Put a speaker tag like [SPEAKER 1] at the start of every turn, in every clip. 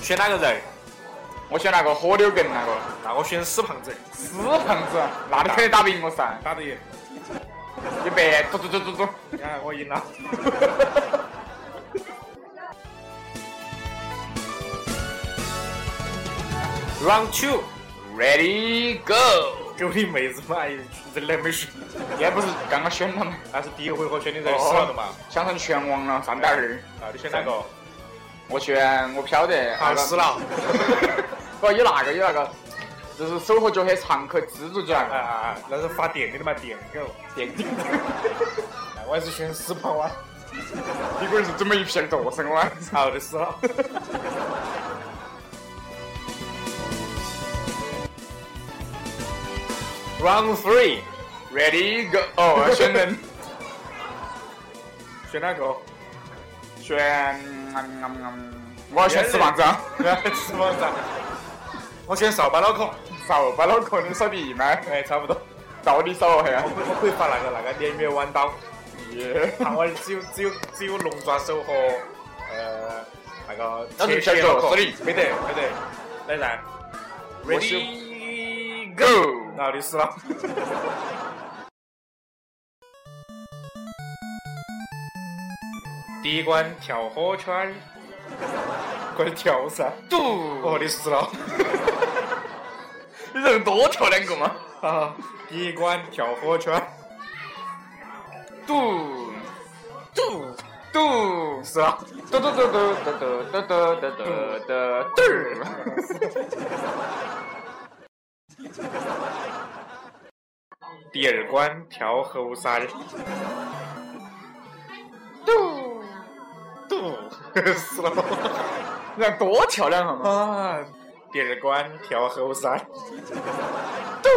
[SPEAKER 1] 选哪个人？
[SPEAKER 2] 我选那个火牛梗那个
[SPEAKER 1] 那我选死胖子，
[SPEAKER 2] 死胖子，啊那你肯定打不赢我噻，
[SPEAKER 1] 打得赢。
[SPEAKER 2] 一百，嘟嘟嘟嘟嘟。
[SPEAKER 1] 哎，我 赢了。Round two，
[SPEAKER 2] Ready go！
[SPEAKER 1] 给我的妹子
[SPEAKER 2] 哎
[SPEAKER 1] 嘛，一人来没事，
[SPEAKER 2] 这哎不是刚刚选了吗？哦
[SPEAKER 1] 那是第一回合选的人死了的嘛？
[SPEAKER 2] 想成拳王了，三点二。
[SPEAKER 1] 啊，你选哪个？
[SPEAKER 2] 我选，我飘得。
[SPEAKER 1] 好，死。 了。
[SPEAKER 2] 哦，有那个有那个，就是手和脚很长，可以支住住那
[SPEAKER 1] 啊
[SPEAKER 2] 个。
[SPEAKER 1] 啊啊！那是发电给的嘛，电狗。
[SPEAKER 2] 电顶。
[SPEAKER 1] 哎我还是选死胖娃。
[SPEAKER 2] 你龟是准备一片剁手啊？
[SPEAKER 1] 好的，死了。Round three，
[SPEAKER 2] Ready go！哦，选人，
[SPEAKER 1] 选哪个？
[SPEAKER 2] 选，嗯嗯嗯我要选死胖子 啊。
[SPEAKER 1] 死胖子。啊我选扫把脑壳。
[SPEAKER 2] 少把脑壳，你扫地吗？
[SPEAKER 1] 哎，差不多。
[SPEAKER 2] 到底扫嘿
[SPEAKER 1] 我
[SPEAKER 2] 啊？
[SPEAKER 1] 会我会发那个那个连月弯刀，
[SPEAKER 2] 耶！
[SPEAKER 1] 啊，我只有只有只有龙爪手和呃那个
[SPEAKER 2] 那就
[SPEAKER 1] 铁
[SPEAKER 2] 先
[SPEAKER 1] 铁
[SPEAKER 2] 走
[SPEAKER 1] 脑壳
[SPEAKER 2] 这里
[SPEAKER 1] 没得没得，来来
[SPEAKER 2] 我是
[SPEAKER 1] ，ready
[SPEAKER 2] Go！
[SPEAKER 1] 那你死了。第一关跳火圈儿，快跳噻！
[SPEAKER 2] 嘟
[SPEAKER 1] 哦，，你死了。
[SPEAKER 2] 你人多跳两个嘛？
[SPEAKER 1] 啊，第一关跳火圈儿，
[SPEAKER 2] 嘟
[SPEAKER 1] 嘟，
[SPEAKER 2] 嘟。
[SPEAKER 1] 死了。
[SPEAKER 2] 嘟嘟嘟嘟嘟嘟嘟嘟嘟嘟
[SPEAKER 1] 第二关跳猴山儿，嘟 嘟，死了。
[SPEAKER 2] 让多跳两下嘛！
[SPEAKER 1] 啊，第二关跳后山，嘟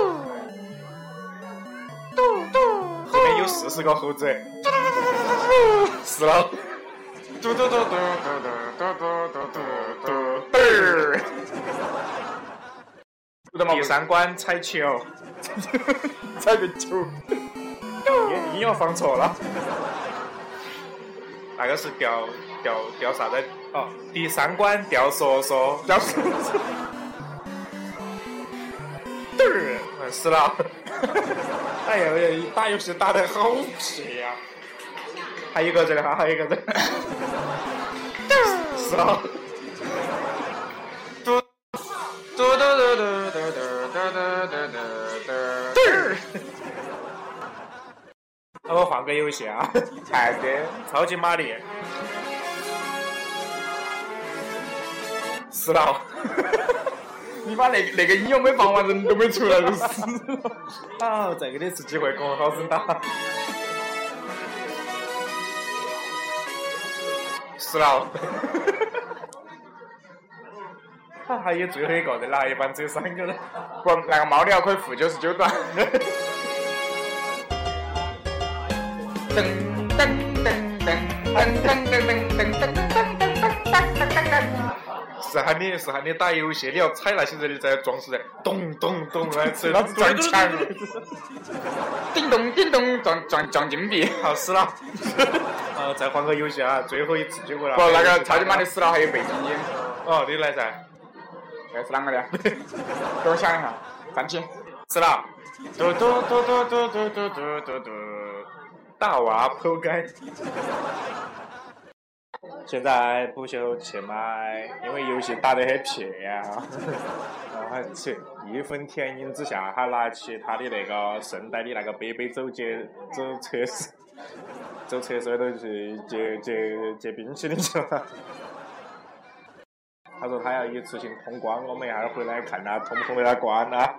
[SPEAKER 1] 嘟嘟，这边有四十个猴子， 死了，
[SPEAKER 2] 嘟嘟嘟嘟嘟嘟嘟嘟嘟嘟 嘟儿。知道吗？
[SPEAKER 1] 第三关踩球，
[SPEAKER 2] 踩个球，
[SPEAKER 1] 音音乐放错了，那个是掉掉掉啥子？哦，第三关掉梭梭，
[SPEAKER 2] 然
[SPEAKER 1] 嘚儿，嗯死了，哎呀，哎呀打游戏打得好皮呀、还有一个人哈，还有一个啊人， 死了。
[SPEAKER 2] 嘟嘟嘟嘟嘟嘟嘟嘟嘟嘟
[SPEAKER 1] 那我换个游戏 啊，
[SPEAKER 2] 嘟。哎的，
[SPEAKER 1] 超级玛丽，死了，
[SPEAKER 2] 你把那那个音乐没放完，人都没出来就是。
[SPEAKER 1] 好，啊再给你一次机会，跟我好生打，死 了。啊还有最后一个人啦，一般只有三个人。
[SPEAKER 2] 不，那个猫的要可以负九十九段。噔噔噔噔噔噔噔噔噔噔噔噔噔噔噔。
[SPEAKER 1] 是喊你是喊你打游戏，你要踩那些人，你再装死人，咚咚咚，来吃，
[SPEAKER 2] 老子撞墙了叮咚叮咚撞撞撞金币。
[SPEAKER 1] 好死了。呃，再换个游戏啊，最后一次机会了。
[SPEAKER 2] 不，那个超级玛丽死了，还有背景音，
[SPEAKER 1] 哦，你来噻，
[SPEAKER 2] 那是啷个的？给我想一下，站起。
[SPEAKER 1] 是啦，
[SPEAKER 2] 嘟嘟嘟嘟嘟嘟嘟嘟嘟嘟。
[SPEAKER 1] 大娃剖开。现在不休去买，因为游戏打得很撇呀、然后还去义愤填膺之下，还拿起他的那个圣代的那个背背走街走厕所，走厕所都去接接接冰淇淋去了。他说他要一次性通关，我们一会儿回来看他通不通得了关啊。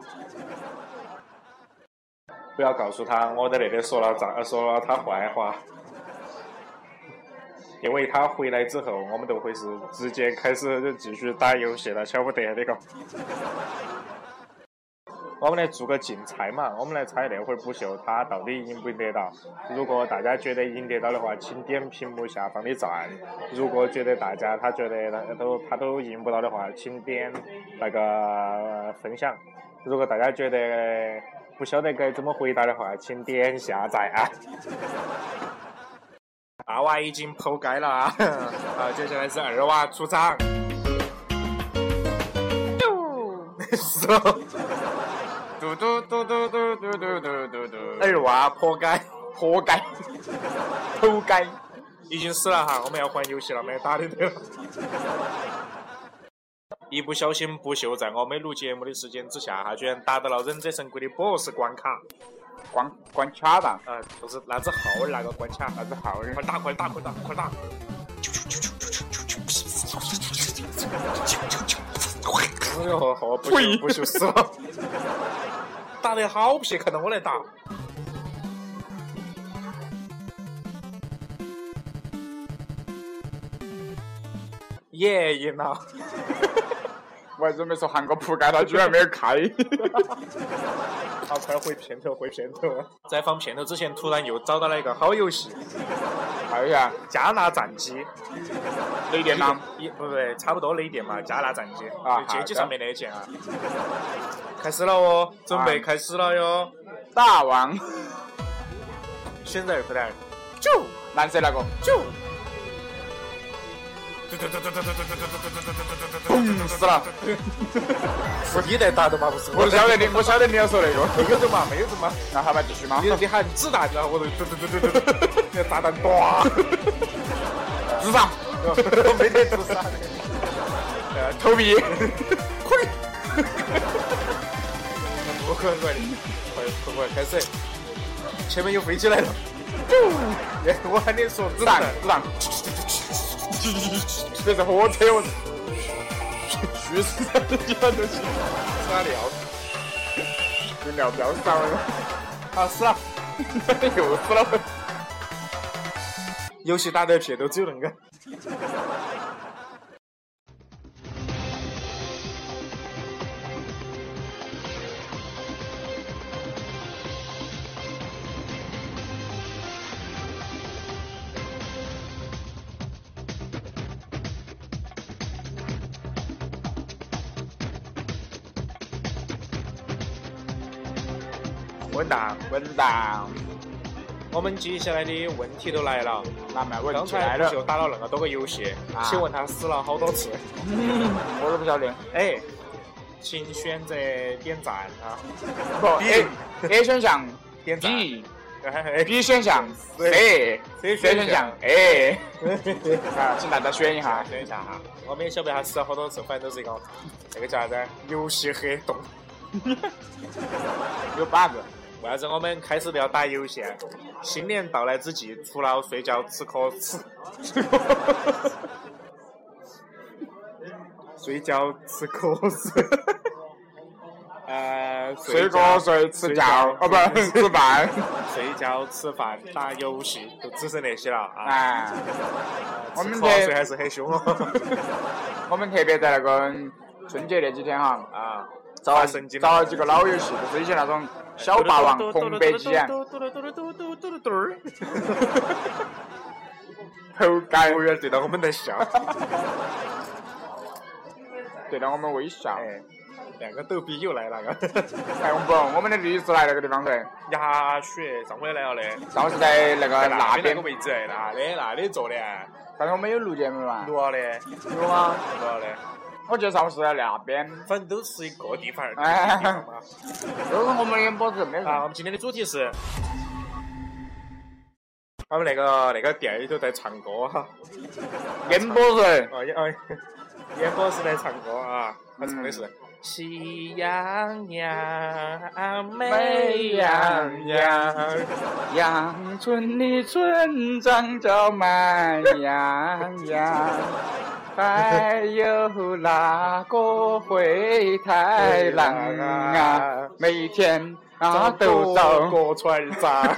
[SPEAKER 1] 不要告诉他我在那边说了咋说了他坏话，因为他回来之后，我们都会是直接开始就继续打游戏了，晓不得那个。我们来做个竞猜嘛，我们来猜那会儿不秀他到底赢不赢得到。如果大家觉得赢得到的话，请点屏幕下方的赞；如果觉得大家他觉得他都他都赢不到的话，请点那个、呃分享。如果大家觉得不晓得该怎么回答的话，请点下载啊。大娃已经剖开了啊！好，接下来是二娃出场。
[SPEAKER 2] 走，
[SPEAKER 3] 嘟嘟嘟嘟嘟嘟嘟嘟嘟嘟。
[SPEAKER 2] 二娃活该，活该，偷该。
[SPEAKER 1] 已经死了哈，我们要玩游戏了，没打的对吧？一不小心，不秀在我没录节目的时间之下哈，居然达到了忍者神龟的 BOSS 关卡，
[SPEAKER 2] 关关卡吧，
[SPEAKER 1] 呃，就是那只耗儿那个关卡，
[SPEAKER 2] 啥子号儿
[SPEAKER 1] 快？打快打快打快打！哎呦呵，不
[SPEAKER 2] 呸
[SPEAKER 1] 秀不秀死了，打得好皮，看到我来打。耶，赢了！
[SPEAKER 2] 我还准备说韩国铺盖，他居然没有开。
[SPEAKER 1] 好，快回片头，回片头。在放片头之前，突然又找到了一个好游戏
[SPEAKER 2] 哎呀，
[SPEAKER 1] ——加拿战机。
[SPEAKER 2] 雷电狼，
[SPEAKER 1] 一不对，差不多雷电嘛，加拿大战机
[SPEAKER 2] 啊
[SPEAKER 1] 就街机
[SPEAKER 2] 好的
[SPEAKER 1] 上面那一件啊。开始了哦，准备
[SPEAKER 2] 啊
[SPEAKER 1] 开始了哟，
[SPEAKER 2] 大王，
[SPEAKER 1] 选人快点！
[SPEAKER 2] 就蓝色那个，
[SPEAKER 1] 就
[SPEAKER 2] 砰死了！
[SPEAKER 1] 是你在打的 嘛？不是
[SPEAKER 2] 我
[SPEAKER 1] 在
[SPEAKER 2] 晓得你，我晓得你要说那个。
[SPEAKER 1] 没有的嘛，没有的嘛。
[SPEAKER 2] 那好吧，继续嘛
[SPEAKER 1] 你。你喊子弹，然后我就嘟嘟嘟嘟嘟，那炸弹啊 咣，
[SPEAKER 2] 智商，
[SPEAKER 1] 没得自杀的。
[SPEAKER 2] 呃投币，
[SPEAKER 1] 不可快的，快快快开始！前面有飞机来了，哎我喊你说
[SPEAKER 2] 子
[SPEAKER 1] 子
[SPEAKER 2] 弹
[SPEAKER 1] 弹，，
[SPEAKER 2] 子弹。这是火车，我虚死了，你 看都虚
[SPEAKER 1] 炸掉。
[SPEAKER 2] 这尿飙上了，
[SPEAKER 1] 好死了，
[SPEAKER 2] 又死了。
[SPEAKER 1] 游戏打得撇都只有恁个。
[SPEAKER 2] 稳当，稳当，
[SPEAKER 1] 我们接下来的问题都来了，
[SPEAKER 2] 那么问
[SPEAKER 1] 刚
[SPEAKER 2] 题来
[SPEAKER 1] 才不
[SPEAKER 2] 了，
[SPEAKER 1] 就打了那么多个游戏，
[SPEAKER 2] 啊
[SPEAKER 1] 请问他死了好多次？
[SPEAKER 2] 我都不晓得。
[SPEAKER 1] 哎，请选择点赞啊！
[SPEAKER 2] 不，A A 选项
[SPEAKER 1] 点赞
[SPEAKER 2] ，B
[SPEAKER 1] 哎
[SPEAKER 2] B 选项 C
[SPEAKER 1] C
[SPEAKER 2] C
[SPEAKER 1] 选项
[SPEAKER 2] 选项
[SPEAKER 1] 哎
[SPEAKER 2] A，啊，请大家选 一下。
[SPEAKER 1] 选一下哈，我们也晓不得他死了好多次，反正都是一个那个叫啥子游戏黑洞。
[SPEAKER 2] 有 bug，
[SPEAKER 1] 为啥子我们开始聊打游戏？新年到来之际，除了睡觉吃颗吃，睡觉吃瞌睡，呃，
[SPEAKER 2] 睡
[SPEAKER 1] 觉
[SPEAKER 2] 瞌睡，吃
[SPEAKER 1] 睡
[SPEAKER 2] 觉，
[SPEAKER 1] 觉
[SPEAKER 2] 哦不，吃饭。
[SPEAKER 1] 睡觉、吃饭、打游戏，就只剩那些了啊。
[SPEAKER 2] 啊，我们
[SPEAKER 1] 吃瞌睡还
[SPEAKER 2] 特
[SPEAKER 1] 是很凶哦。
[SPEAKER 2] 我们特别在那个春节那几天哈，
[SPEAKER 1] 啊，
[SPEAKER 2] 找
[SPEAKER 1] 发
[SPEAKER 2] 了
[SPEAKER 1] 神经了
[SPEAKER 2] 找了几个老游戏，就是以前那种小霸王、红白机啊，头盖
[SPEAKER 1] 服务员对到我们在笑。
[SPEAKER 2] 对着我们微笑。
[SPEAKER 1] 哎，两个逗比又来了个，
[SPEAKER 2] 哎，我们不，我们的律师来那个地方噻，
[SPEAKER 1] 鸭血上回来了嘞。
[SPEAKER 2] 上次在那个那
[SPEAKER 1] 边那
[SPEAKER 2] 边
[SPEAKER 1] 个，位置，那里那里坐的，
[SPEAKER 2] 但是我们有录节目嘛？
[SPEAKER 1] 录了的，
[SPEAKER 2] 有啊，
[SPEAKER 1] 录了的，
[SPEAKER 2] 我记得上次在那边，
[SPEAKER 1] 反正都是一个地方儿。
[SPEAKER 2] 哎
[SPEAKER 1] 地方嘛
[SPEAKER 2] 都是我们演播室没
[SPEAKER 1] 啊，
[SPEAKER 2] 啥。
[SPEAKER 1] 我们今天的主题是，我们那个那个店里头在唱歌哈，
[SPEAKER 2] 演播室，
[SPEAKER 1] 哦，演哦，演播室在唱歌啊，他唱的是。喜羊羊，美羊羊，
[SPEAKER 2] 阳春的村庄叫满洋洋， 还有哪个灰太狼啊？每天啊都
[SPEAKER 1] 到
[SPEAKER 2] 找
[SPEAKER 1] 各船长，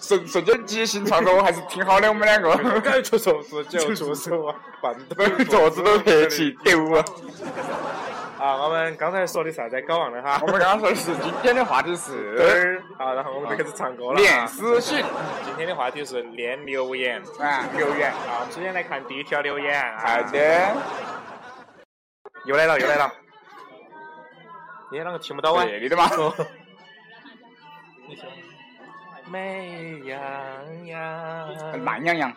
[SPEAKER 2] 瞬瞬间即兴唱歌，我还是挺好的。我们两 个
[SPEAKER 1] 该出手时就出手啊，半
[SPEAKER 2] 桌子都撇起丢啊！
[SPEAKER 1] 啊，我们刚才说的啥子搞忘了 哈
[SPEAKER 2] 我。们刚刚说的是今天的话题是
[SPEAKER 1] 儿啊，然后我们就开始唱歌了
[SPEAKER 2] 练
[SPEAKER 1] 啊。
[SPEAKER 2] 私信
[SPEAKER 1] 今天的话题是练留言
[SPEAKER 2] 啊，留言。
[SPEAKER 1] 啊，我们首先来看第一条留言啊
[SPEAKER 2] 好，的，
[SPEAKER 1] 又来了又来了，你啷个听不到 啊？
[SPEAKER 2] 对你的嘛。
[SPEAKER 1] 美羊羊，
[SPEAKER 2] 慢洋洋。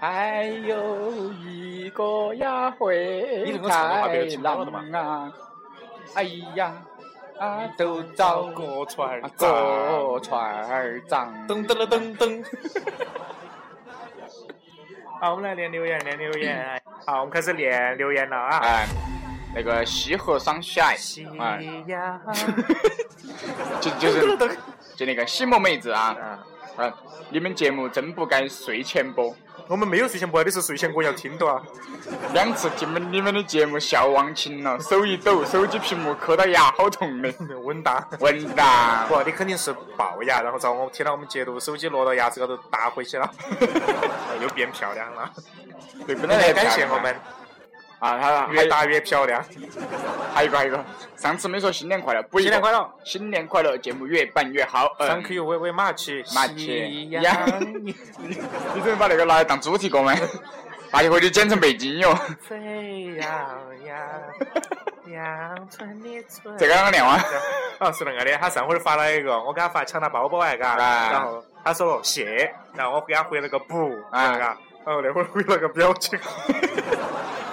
[SPEAKER 2] 还有一个呀，灰
[SPEAKER 1] 你这个唱的话别人听不到的嘛
[SPEAKER 2] 啊，哎呀，啊，都找个
[SPEAKER 1] 歌船
[SPEAKER 2] 啊个船儿长。
[SPEAKER 1] 噔噔了噔噔。 好，我们来念留言，念留言。好，我们开始念留言了啊。
[SPEAKER 2] 哎，那个西河桑夏，
[SPEAKER 1] 夕
[SPEAKER 2] 哎，
[SPEAKER 1] 阳，
[SPEAKER 2] 就就是就那个西莫妹子啊，
[SPEAKER 1] 啊，
[SPEAKER 2] 嗯，你们节目真不该睡前播，
[SPEAKER 1] 我们没有睡前播，你是睡前歌要听的啊。
[SPEAKER 2] 两次听们你们的节目笑忘情了，手一抖，手机屏幕磕到牙，好痛 啊的。
[SPEAKER 1] 稳当。
[SPEAKER 2] 文达，
[SPEAKER 1] 不，你肯定是龅牙，然后遭我听到我们节目，手机落到牙齿高头打回去了， 又变漂亮了。
[SPEAKER 2] 对，本来
[SPEAKER 1] 来感谢我们，
[SPEAKER 2] 啊，他还
[SPEAKER 1] 越
[SPEAKER 2] 有
[SPEAKER 1] 打越漂亮。
[SPEAKER 2] 还有一个还有一个，上次没说新年快乐，补一
[SPEAKER 1] 新
[SPEAKER 2] 个
[SPEAKER 1] 年快乐，
[SPEAKER 2] 新年快乐，节目越办越好。嗯
[SPEAKER 1] Thank you very much。
[SPEAKER 2] 马奇
[SPEAKER 1] 夕阳
[SPEAKER 2] 呀， 你你怎么把那个拿来当主题歌吗？ 那就回去剪成背景哟。
[SPEAKER 1] 飞呀呀，阳春的春。
[SPEAKER 2] 这个啷个 念啊？
[SPEAKER 1] 哦，是那个的，他上回发了一个，我给他发抢他包包哎，嘎，
[SPEAKER 2] 啊
[SPEAKER 1] 然后他说了谢，然后我给他回了个不，
[SPEAKER 2] 啊
[SPEAKER 1] 嘎，然后那会儿回了个表情，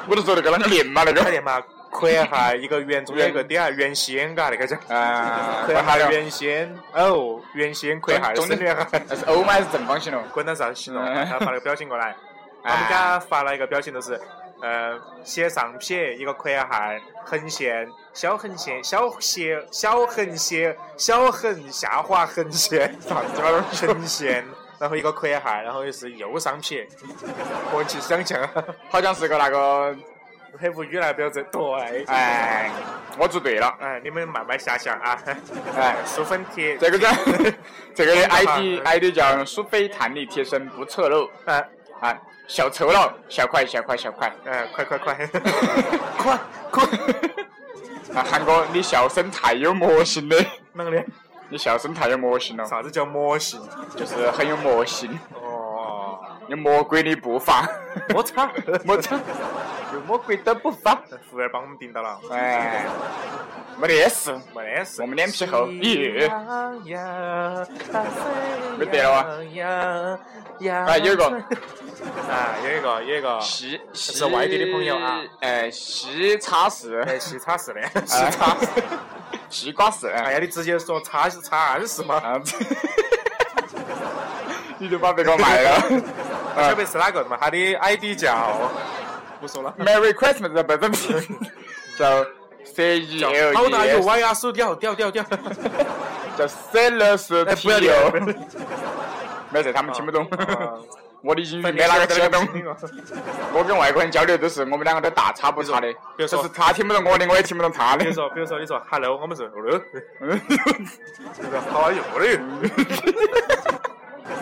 [SPEAKER 2] 我都说那个啷个念嘛那
[SPEAKER 1] 快
[SPEAKER 2] 个。
[SPEAKER 1] 点嘛，括一下一个圆中间一个点， 原先嘎那个叫，
[SPEAKER 2] 啊，
[SPEAKER 1] 括
[SPEAKER 2] 快
[SPEAKER 1] 一下
[SPEAKER 2] 点
[SPEAKER 1] 原先哦，原先括一下省略哈，
[SPEAKER 2] 那是呃欧吗？还是正方形哦？
[SPEAKER 1] 滚到上形容，
[SPEAKER 2] 嗯
[SPEAKER 1] 然后啊发了个表情过来，
[SPEAKER 2] 哎
[SPEAKER 1] 我们给他发了一个表情，就是。呃，写上撇一个啊括号，横线，小横线，小斜，小横线，小横下划横线，
[SPEAKER 2] 啥子玩意儿？
[SPEAKER 1] 呈 现，然后一个括号，然后又是右上撇，我去想象啊，
[SPEAKER 2] 好像是个那个，
[SPEAKER 1] 黑无语来表示对。
[SPEAKER 2] 哎，我做对了，
[SPEAKER 1] 哎，你们慢慢遐想啊，
[SPEAKER 2] 哎，
[SPEAKER 1] 淑芬贴，
[SPEAKER 2] 这个叫 这个的
[SPEAKER 1] 真的吗
[SPEAKER 2] ID ID 叫苏菲弹力贴身不侧漏，
[SPEAKER 1] 哎
[SPEAKER 2] 啊，小丑了，小快小快小快，
[SPEAKER 1] 哎，快快快，
[SPEAKER 2] 快快！啊， 韩哥，你笑声太有魔性了，
[SPEAKER 1] 啷个的？
[SPEAKER 2] 你笑声太有魔性了，哦
[SPEAKER 1] 啥子叫魔性？
[SPEAKER 2] 就是很有魔性，
[SPEAKER 1] 哦，
[SPEAKER 2] 有魔鬼的步伐，
[SPEAKER 1] 我操，
[SPEAKER 2] 我操，有魔鬼的步伐，
[SPEAKER 1] 服务员帮我们盯到了，
[SPEAKER 2] 哎，没得事。
[SPEAKER 1] 没得事。
[SPEAKER 2] 我们脸皮厚，咦，
[SPEAKER 1] 没
[SPEAKER 2] 没得了
[SPEAKER 1] 啊！
[SPEAKER 2] 哎，有一个
[SPEAKER 1] 啊，有一个，有一个，
[SPEAKER 2] 西西
[SPEAKER 1] 是外地的朋友啊，
[SPEAKER 2] 哎，西叉市，
[SPEAKER 1] 哎，西叉市的，
[SPEAKER 2] 西叉， 西瓜市，
[SPEAKER 1] 哎
[SPEAKER 2] 哎
[SPEAKER 1] 呀，你直接说叉是叉二是吗？
[SPEAKER 2] 啊， 你就把别个卖了。
[SPEAKER 1] 我晓得是哪个的嘛，他的 ID 叫，不说了。
[SPEAKER 2] Merry Christmas，不啊不不， 叫 C E
[SPEAKER 1] 叫
[SPEAKER 2] L
[SPEAKER 1] 好大
[SPEAKER 2] E
[SPEAKER 1] 有
[SPEAKER 2] S，
[SPEAKER 1] 歪啊，手掉掉 掉掉。
[SPEAKER 2] 叫 Celus
[SPEAKER 1] 哎
[SPEAKER 2] T
[SPEAKER 1] 不要脸
[SPEAKER 2] U，没事，他们听不懂，
[SPEAKER 1] 啊
[SPEAKER 2] 我的英语没哪个听得懂。我跟外国人交流都是我们两个都大差不差的，
[SPEAKER 1] 比如
[SPEAKER 2] 就
[SPEAKER 1] 说
[SPEAKER 2] 是他听不懂我的，我也听不懂他的
[SPEAKER 1] 比如。说，比如说，你说 “hello”，我们是 “hello”，就是 “how are you”。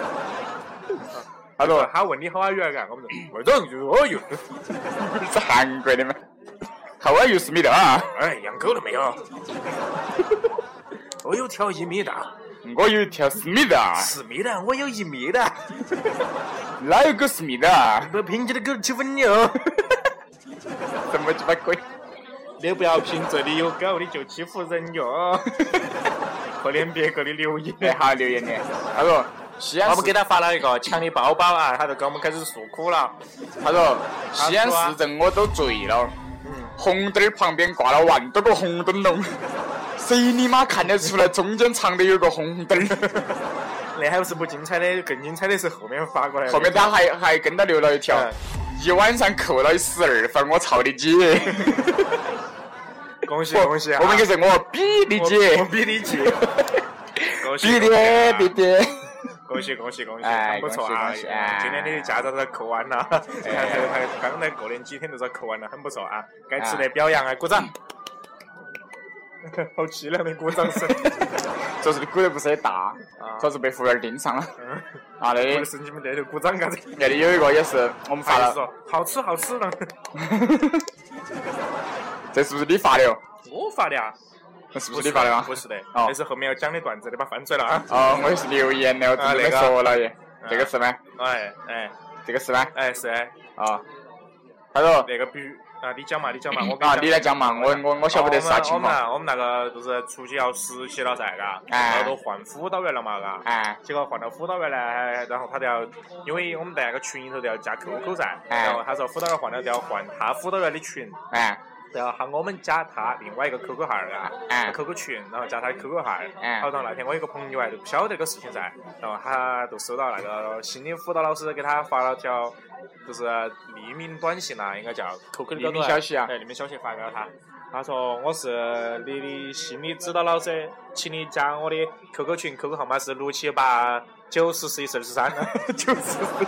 [SPEAKER 2] 他说
[SPEAKER 1] 他问你 “how are you” 干，我们是“我正就是 “how are you”。
[SPEAKER 2] 你是韩国的吗？How are you，思密啊达？
[SPEAKER 1] 哎，养狗了没有？我有条一米的，
[SPEAKER 2] 我有一条思密达，
[SPEAKER 1] 十米的，我有一米的，
[SPEAKER 2] 哪有个思密达？
[SPEAKER 1] 不要凭你的狗欺负你哦！
[SPEAKER 2] 什么鸡巴鬼？
[SPEAKER 1] 你不要凭这里有狗你就欺负人哟！快点别个的留言。
[SPEAKER 2] 哎，好留言的。他说西安
[SPEAKER 1] 我
[SPEAKER 2] 市
[SPEAKER 1] 们给，他发了一个抢你包包啊，他就跟我们开始诉苦了。
[SPEAKER 2] 他说啊嗯西安市政我都醉了，红灯儿旁边挂了万多个红灯笼，谁你妈看得出来中间藏的有个红 灯儿？
[SPEAKER 1] 那还不是不精彩的，更精彩的是后面发过来的。
[SPEAKER 2] 后面他还还跟他留了一条
[SPEAKER 1] 嗯，
[SPEAKER 2] 一晚上扣了十二分，我操你姐！
[SPEAKER 1] 恭喜恭喜啊！
[SPEAKER 2] 我们可是我比你
[SPEAKER 1] 我
[SPEAKER 2] 姐
[SPEAKER 1] 我，比你姐，恭喜恭喜
[SPEAKER 2] 比你
[SPEAKER 1] 啊
[SPEAKER 2] 比 你。
[SPEAKER 1] 恭喜恭喜恭喜，
[SPEAKER 2] 哎
[SPEAKER 1] 很不错啊！
[SPEAKER 2] 恭喜恭喜哎
[SPEAKER 1] 今天的驾照都扣完了，
[SPEAKER 2] 哎
[SPEAKER 1] 还还还刚才过年几天都是扣完了，很不错啊！该
[SPEAKER 2] 哎
[SPEAKER 1] 吃的表扬啊，鼓掌！
[SPEAKER 2] 嗯
[SPEAKER 1] 好凄凉的鼓掌声，
[SPEAKER 2] 主要是你鼓得不是很大
[SPEAKER 1] 啊，
[SPEAKER 2] 主要是被服务员盯上了。
[SPEAKER 1] 嗯
[SPEAKER 2] 啊，那
[SPEAKER 1] 我
[SPEAKER 2] 里
[SPEAKER 1] 是你们那头鼓掌干子？
[SPEAKER 2] 那里有一个也是我们发
[SPEAKER 1] 还是
[SPEAKER 2] 了，
[SPEAKER 1] 说好吃好吃呢？
[SPEAKER 2] 这是不是你发的哦？
[SPEAKER 1] 我发的啊？
[SPEAKER 2] 那是不是你发的吗
[SPEAKER 1] 不？是的，
[SPEAKER 2] 哦
[SPEAKER 1] 那是后面要讲的段子，你把翻出来了啊！
[SPEAKER 2] 哦，我也是留言的，我
[SPEAKER 1] 啊
[SPEAKER 2] 真的
[SPEAKER 1] 那
[SPEAKER 2] 没
[SPEAKER 1] 个啊
[SPEAKER 2] 说了耶。这个是吗？
[SPEAKER 1] 哎哎
[SPEAKER 2] 这个是吗？
[SPEAKER 1] 哎，是哎
[SPEAKER 2] 啊，他说
[SPEAKER 1] 那个必须啊，你讲嘛，你讲嘛，我跟
[SPEAKER 2] 啊，你来讲嘛，我我我晓不得是啥
[SPEAKER 1] 哦我
[SPEAKER 2] 情
[SPEAKER 1] 们
[SPEAKER 2] 况。
[SPEAKER 1] 我们那个就是出去要实习了噻，嘎，
[SPEAKER 2] 哎
[SPEAKER 1] 然后都换辅导员了嘛，嘎。
[SPEAKER 2] 哎
[SPEAKER 1] 结果换到辅导员呢，然后他就要，因为我们在那个群里头都要加 QQ 噻，
[SPEAKER 2] 哎
[SPEAKER 1] 然后他说辅导员换了就要换他辅导员的群，
[SPEAKER 2] 哎，
[SPEAKER 1] 然后喊我们加他另外一个 QQ 号儿啊，
[SPEAKER 2] 哎
[SPEAKER 1] QQ 群，然后加他的 QQ 号儿。
[SPEAKER 2] 哎
[SPEAKER 1] 好像那天我有个朋友啊，就不晓得这个事情噻，然后他就收到那个心理辅导老师给他发了条，就是匿名短信呐、应该叫 QQ
[SPEAKER 2] 匿名消息啊
[SPEAKER 1] 对，匿名消息发给了他。他说我是你的心理指导老师，请你加我的 QQ 群，QQ 号码是六七八九四十一四二十三， 九四十一。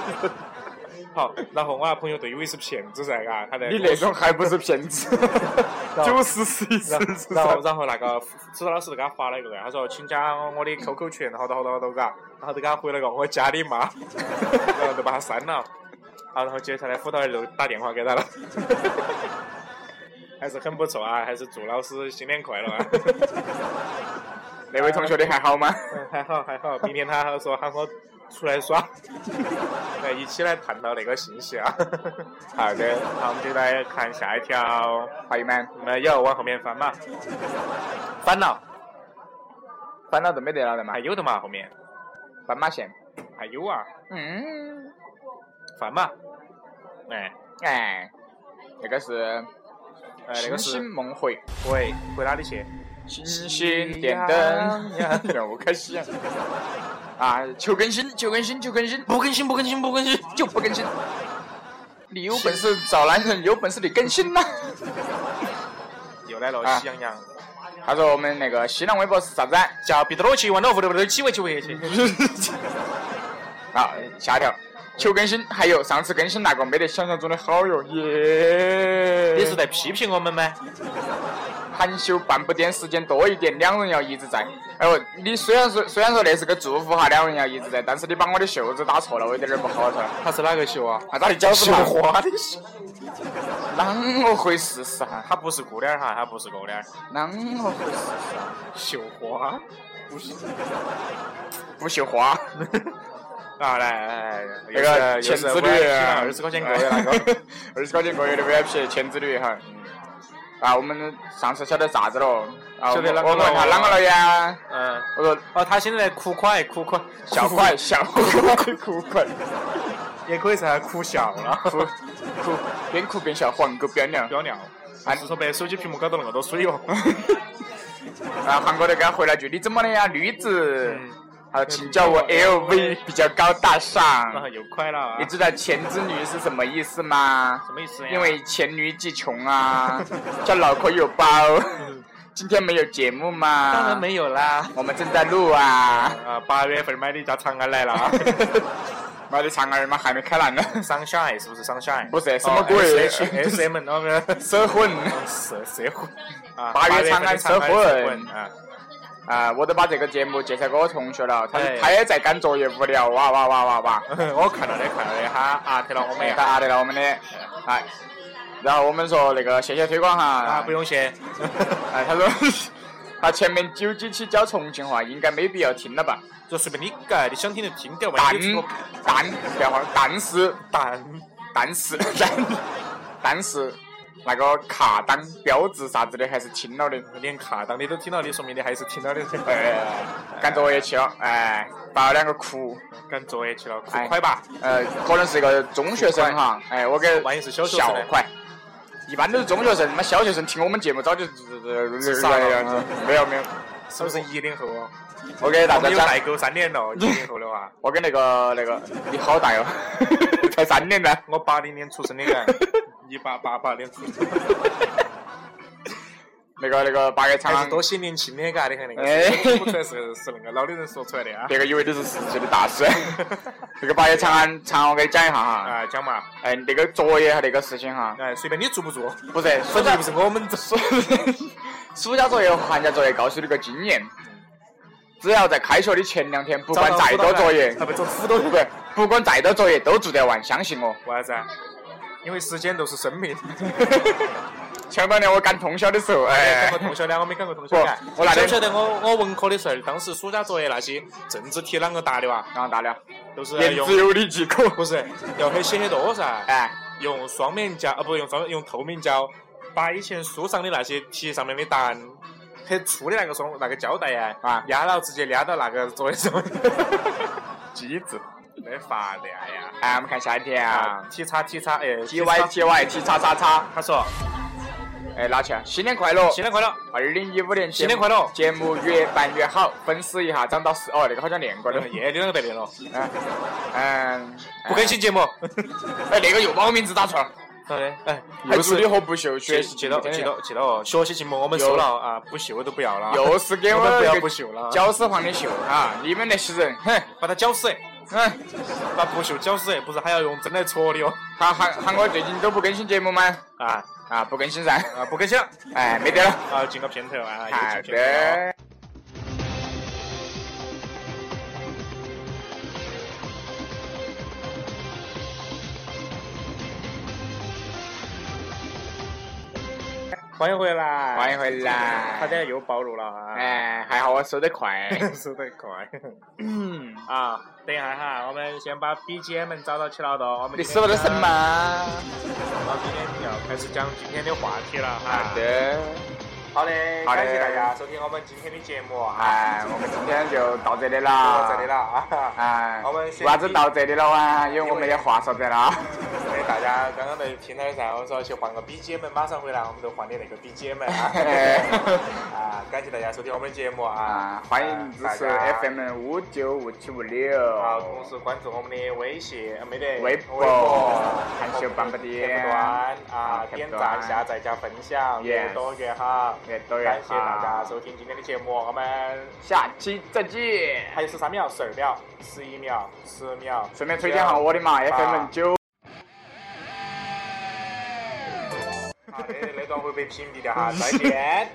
[SPEAKER 1] 好，然后我那朋友就以为是骗子噻，嘎，他在
[SPEAKER 2] 你那种还不是骗子？ 九十十一
[SPEAKER 1] 然后
[SPEAKER 2] 十十
[SPEAKER 1] 然
[SPEAKER 2] 三
[SPEAKER 1] 后，然后那个指导老师就给他发了一个，他说请加我的 QQ 群，好多好多好多嘎，然后就给他回了个我加你妈，然后就把他删了。好，然后接下来辅导员就打电话给他了，还是很不错啊，还是祝老师新年快乐啊！
[SPEAKER 2] 那位同学你还好吗？
[SPEAKER 1] 嗯还好还好，明天他说喊我出来耍，来一起来探讨那个信息啊。
[SPEAKER 2] 好的，
[SPEAKER 1] 好，我们就来看下一条，
[SPEAKER 2] 朋友们，
[SPEAKER 1] 没有往后面翻嘛，翻了
[SPEAKER 2] 翻到都没得了的嘛
[SPEAKER 1] 还，有的嘛后面
[SPEAKER 2] 斑马线。
[SPEAKER 1] 还有啊。
[SPEAKER 2] 嗯，
[SPEAKER 1] 烦嘛，哎，
[SPEAKER 2] 哎，那个是
[SPEAKER 1] 哎，那个
[SPEAKER 2] 星星
[SPEAKER 1] 是，
[SPEAKER 2] 梦回，
[SPEAKER 1] 喂，回哪里去？
[SPEAKER 2] 星星点灯，让我开始。啊，求更新，求更新，求更新，
[SPEAKER 1] 不更新，不更新，不更新。
[SPEAKER 2] 就不更新。你有本事找男人，有本事你更新呐、
[SPEAKER 1] 又来了，
[SPEAKER 2] 啊
[SPEAKER 1] 喜羊羊，
[SPEAKER 2] 他说我们那个新浪微博是啥子啊？
[SPEAKER 1] 叫彼得罗奇，万老胡的不得几位几位 去？
[SPEAKER 2] 好，下一条，求更新，还有上次更新那个没得想象中的好哟，耶！
[SPEAKER 1] 你是在批评我们吗？
[SPEAKER 2] 含羞半步癫，时间多一点，两人要一直在。哎呦，你虽然说虽然说那是个祝福哈，两人要一直在，但是你把我的袖子打错了，我有点儿不好受。
[SPEAKER 1] 他是哪个秀啊？
[SPEAKER 2] 啊，咋你脚是
[SPEAKER 1] 绣
[SPEAKER 2] 麻
[SPEAKER 1] 花的秀，
[SPEAKER 2] 啷个回事是哈？
[SPEAKER 1] 他不是姑娘哈，他不是姑娘，
[SPEAKER 2] 啷个回事是哈？
[SPEAKER 1] 绣花。
[SPEAKER 2] 不绣花，
[SPEAKER 1] 啊，来来来，
[SPEAKER 2] 那个
[SPEAKER 1] 又是
[SPEAKER 2] 前子
[SPEAKER 1] 我
[SPEAKER 2] 女
[SPEAKER 1] 要二十块钱个月那个。
[SPEAKER 2] 个，啊 二十块钱个月的 VIP 前子女哈。啊，我们上次晓得啥子了？啊，
[SPEAKER 1] 晓
[SPEAKER 2] 我
[SPEAKER 1] 得
[SPEAKER 2] 们
[SPEAKER 1] 啷个
[SPEAKER 2] 我问他
[SPEAKER 1] 了
[SPEAKER 2] 啷个了呀？
[SPEAKER 1] 嗯，
[SPEAKER 2] 我说
[SPEAKER 1] 哦，他现在在哭快，哭快，
[SPEAKER 2] 笑快，笑快，哭快，
[SPEAKER 1] 也可以噻，哭笑
[SPEAKER 2] 哭
[SPEAKER 1] 了，
[SPEAKER 2] 哭，边哭边笑，黄狗飙娘。
[SPEAKER 1] 不要尿。
[SPEAKER 2] 啊
[SPEAKER 1] 是说被手机屏幕搞到那么多水 哦。
[SPEAKER 2] 然后啊韩国的给他回了句：“你怎么了呀，驴子
[SPEAKER 1] 嗯？”
[SPEAKER 2] 好，请叫我 LV，比较高大
[SPEAKER 1] 然后
[SPEAKER 2] 上。
[SPEAKER 1] 又快了啊
[SPEAKER 2] 你，知道“前之女”是什么意思吗？
[SPEAKER 1] 什么意思呀？
[SPEAKER 2] 因为黔驴技穷啊，叫脑壳有包。今天没有节目吗？
[SPEAKER 1] 嗯当然，没有啦。
[SPEAKER 2] 我们正在录啊。
[SPEAKER 1] 啊，八月份买的家长安来了啊
[SPEAKER 2] 妈的，长二妈还没开烂呢，
[SPEAKER 1] ，Sunshine 是不是 Sunshine？哦
[SPEAKER 2] 不是什么鬼
[SPEAKER 1] ？S M 那个
[SPEAKER 2] 社混
[SPEAKER 1] 哦社社会啊，
[SPEAKER 2] 八月长
[SPEAKER 1] 长
[SPEAKER 2] 安
[SPEAKER 1] 安
[SPEAKER 2] 社
[SPEAKER 1] 社
[SPEAKER 2] 会
[SPEAKER 1] 啊，
[SPEAKER 2] 啊！我都把这个节目介绍给我同学了，他
[SPEAKER 1] 哎
[SPEAKER 2] 他也在赶作业，无聊哇哇哇哇哇！
[SPEAKER 1] 啊 我看到的看到的，他啊，特了我们
[SPEAKER 2] 哎，
[SPEAKER 1] 也
[SPEAKER 2] 他
[SPEAKER 1] 打
[SPEAKER 2] 阿得了我们的，哎，然后我们说那个谢谢推广
[SPEAKER 1] 啊，
[SPEAKER 2] 哈
[SPEAKER 1] 不，用谢，
[SPEAKER 2] 哎，他说 他前面九几期讲重庆话，应该没必要听了吧？
[SPEAKER 1] 就随便你改，你想听就听点，万
[SPEAKER 2] 但
[SPEAKER 1] 一有
[SPEAKER 2] 但等会儿，但是
[SPEAKER 1] 蛋
[SPEAKER 2] 但 是但但是那个卡当标志啥子的还是听了的，
[SPEAKER 1] 连卡当你都听到，你说明你还是听到的。
[SPEAKER 2] 哎，赶作业去了，哎，发了两个哭。
[SPEAKER 1] 赶作业去了，哭
[SPEAKER 2] 哎
[SPEAKER 1] 快吧！
[SPEAKER 2] 呃，可能是一个中学生哈，哎，我给
[SPEAKER 1] 万一是小学
[SPEAKER 2] 小
[SPEAKER 1] 生呢
[SPEAKER 2] 快，一般都是中学生，妈小学生听我们节目早就
[SPEAKER 1] 杀了
[SPEAKER 2] 没有没有，
[SPEAKER 1] 是不是一零后哦？
[SPEAKER 2] 我给大
[SPEAKER 1] 我
[SPEAKER 2] 家
[SPEAKER 1] 们有
[SPEAKER 2] 讲，
[SPEAKER 1] 代沟三年了，啊一零后的话，
[SPEAKER 2] 我给那个那个你好大哟， 才三年呢，
[SPEAKER 1] 我八零年出生的， 一八八八年出生。
[SPEAKER 2] 那个那个八月长
[SPEAKER 1] 还
[SPEAKER 2] 安
[SPEAKER 1] 是，多些年轻的，嘎，你看那个，
[SPEAKER 2] 哎
[SPEAKER 1] 说不出来是是那个老的人说出来 的啊。
[SPEAKER 2] 别个以为你是四十岁的大师，那个八月长安长安我给你讲一下哈，
[SPEAKER 1] 啊，讲嘛，
[SPEAKER 2] 哎，那个作业和那个事情哈，
[SPEAKER 1] 哎，随便你做不 做，
[SPEAKER 2] 不是
[SPEAKER 1] 反
[SPEAKER 2] 暑
[SPEAKER 1] 正
[SPEAKER 2] 假
[SPEAKER 1] 又不是我们做。
[SPEAKER 2] 暑 暑假作业和寒假作业告诉你个经验，只要在开学的前两天，不管再多作业。
[SPEAKER 1] 啊，不做辅导
[SPEAKER 2] 不 不，不管再多作业都做得完，相信我。
[SPEAKER 1] 为啥子啊？因为时间都是生命。
[SPEAKER 2] 前两年我赶通宵的时候，
[SPEAKER 1] 哎，
[SPEAKER 2] 哎
[SPEAKER 1] 赶过，通宵的，我没赶过通宵干。
[SPEAKER 2] 不我那
[SPEAKER 1] 晓
[SPEAKER 2] 天
[SPEAKER 1] 不晓得我我文科的时候，当时暑假作业那些政治题啷个答的哇？
[SPEAKER 2] 然后大了，
[SPEAKER 1] 都是
[SPEAKER 2] 言
[SPEAKER 1] 用
[SPEAKER 2] 之有理即可。
[SPEAKER 1] 不是要很写很多噻，
[SPEAKER 2] 哎，
[SPEAKER 1] 用双面胶啊，不用双用透明胶，把以前书上的那些题上面的答案。很粗的那个双那个胶带呀，
[SPEAKER 2] 啊
[SPEAKER 1] 压到直接压到那个作业上面。
[SPEAKER 2] 机智。
[SPEAKER 1] 没法的哎呀！啊
[SPEAKER 2] 哎，我们看下一条
[SPEAKER 1] 啊，T 叉 T 叉哎
[SPEAKER 2] ，T Y T Y T 叉叉叉，
[SPEAKER 1] 他说，
[SPEAKER 2] 哎，拿起来，新年快乐！
[SPEAKER 1] 新年快乐！
[SPEAKER 2] 二零一五年
[SPEAKER 1] 新
[SPEAKER 2] 节目
[SPEAKER 1] 年快乐
[SPEAKER 2] 节目越办越好，粉丝一下涨到十哦，那个好像练过的。
[SPEAKER 1] 嗯耶，你啷个被练了？
[SPEAKER 2] 嗯嗯，
[SPEAKER 1] 不更新节目。
[SPEAKER 2] 哎，那个又把我名字打错了。
[SPEAKER 1] 好的， 哎，
[SPEAKER 2] 又是
[SPEAKER 1] 是嗯
[SPEAKER 2] 你和不锈
[SPEAKER 1] 记
[SPEAKER 2] 学习
[SPEAKER 1] 记到记到记到，学哦习节目我们收了啊，不秀都不要了，
[SPEAKER 2] 又是给
[SPEAKER 1] 我
[SPEAKER 2] 我
[SPEAKER 1] 们不要
[SPEAKER 2] 那
[SPEAKER 1] 不
[SPEAKER 2] 个
[SPEAKER 1] 秀了，
[SPEAKER 2] 搅屎黄的秀哈！你们那些人，哼，
[SPEAKER 1] 把它绞死，
[SPEAKER 2] 嗯，
[SPEAKER 1] 把不秀绞死，不是还要用针来戳你哦？
[SPEAKER 2] 喊喊喊我最近都不更新节目吗？
[SPEAKER 1] 啊
[SPEAKER 2] 啊，不更新噻，
[SPEAKER 1] 啊，不更新了，
[SPEAKER 2] 哎，没得了。
[SPEAKER 1] 啊，进个片头啊，
[SPEAKER 2] 好
[SPEAKER 1] 又进片头啊
[SPEAKER 2] 的。
[SPEAKER 1] 欢迎回来，
[SPEAKER 2] 欢迎回来
[SPEAKER 1] 差点又暴露了 啊，
[SPEAKER 2] 哎，还好我收得 快。
[SPEAKER 1] 收得快。
[SPEAKER 2] 嗯，
[SPEAKER 1] 啊，等一下哈，我们先把 BGM 找到起了的。哦我们
[SPEAKER 2] 你
[SPEAKER 1] 今天
[SPEAKER 2] 收了什么？
[SPEAKER 1] 我今天要开始讲今天的话题了哈。
[SPEAKER 2] 好。的，
[SPEAKER 1] 好的，
[SPEAKER 2] 好的
[SPEAKER 1] 感谢大家收听我们今天的节目哈，
[SPEAKER 2] 哎，我们今天就到这里
[SPEAKER 1] 到
[SPEAKER 2] 了。
[SPEAKER 1] 这里了。啊。
[SPEAKER 2] 哎，
[SPEAKER 1] 我们先
[SPEAKER 2] 为啥子到这里了啊？因为我没得话说的了。
[SPEAKER 1] 所以大家刚刚在听到的噻，我说去换个 BGM，马上回来我们就换的那个 BGM 啊。啊，感谢大家收听我们的节目啊
[SPEAKER 2] 啊，，欢迎支持
[SPEAKER 1] 大家
[SPEAKER 2] FM 五九五七五六。
[SPEAKER 1] 好，同时关注我们的微信，呃没得
[SPEAKER 2] 微博
[SPEAKER 1] 博、
[SPEAKER 2] 含羞半步
[SPEAKER 1] 贴
[SPEAKER 2] 颠
[SPEAKER 1] 端啊
[SPEAKER 2] 啊，
[SPEAKER 1] 点
[SPEAKER 2] 贴
[SPEAKER 1] 赞、
[SPEAKER 2] 端
[SPEAKER 1] 下载加分享，越
[SPEAKER 2] Yes
[SPEAKER 1] 多越好。
[SPEAKER 2] 越多越
[SPEAKER 1] 感谢大家
[SPEAKER 2] 好
[SPEAKER 1] 收听今天的节目，我们
[SPEAKER 2] 下期再见。
[SPEAKER 1] 还有十三秒、十二秒、十一秒、十秒，
[SPEAKER 2] 顺便推荐下我的
[SPEAKER 1] 啊
[SPEAKER 2] 嘛，FM 九。
[SPEAKER 1] 啊，那那段会被屏蔽的哈，再见。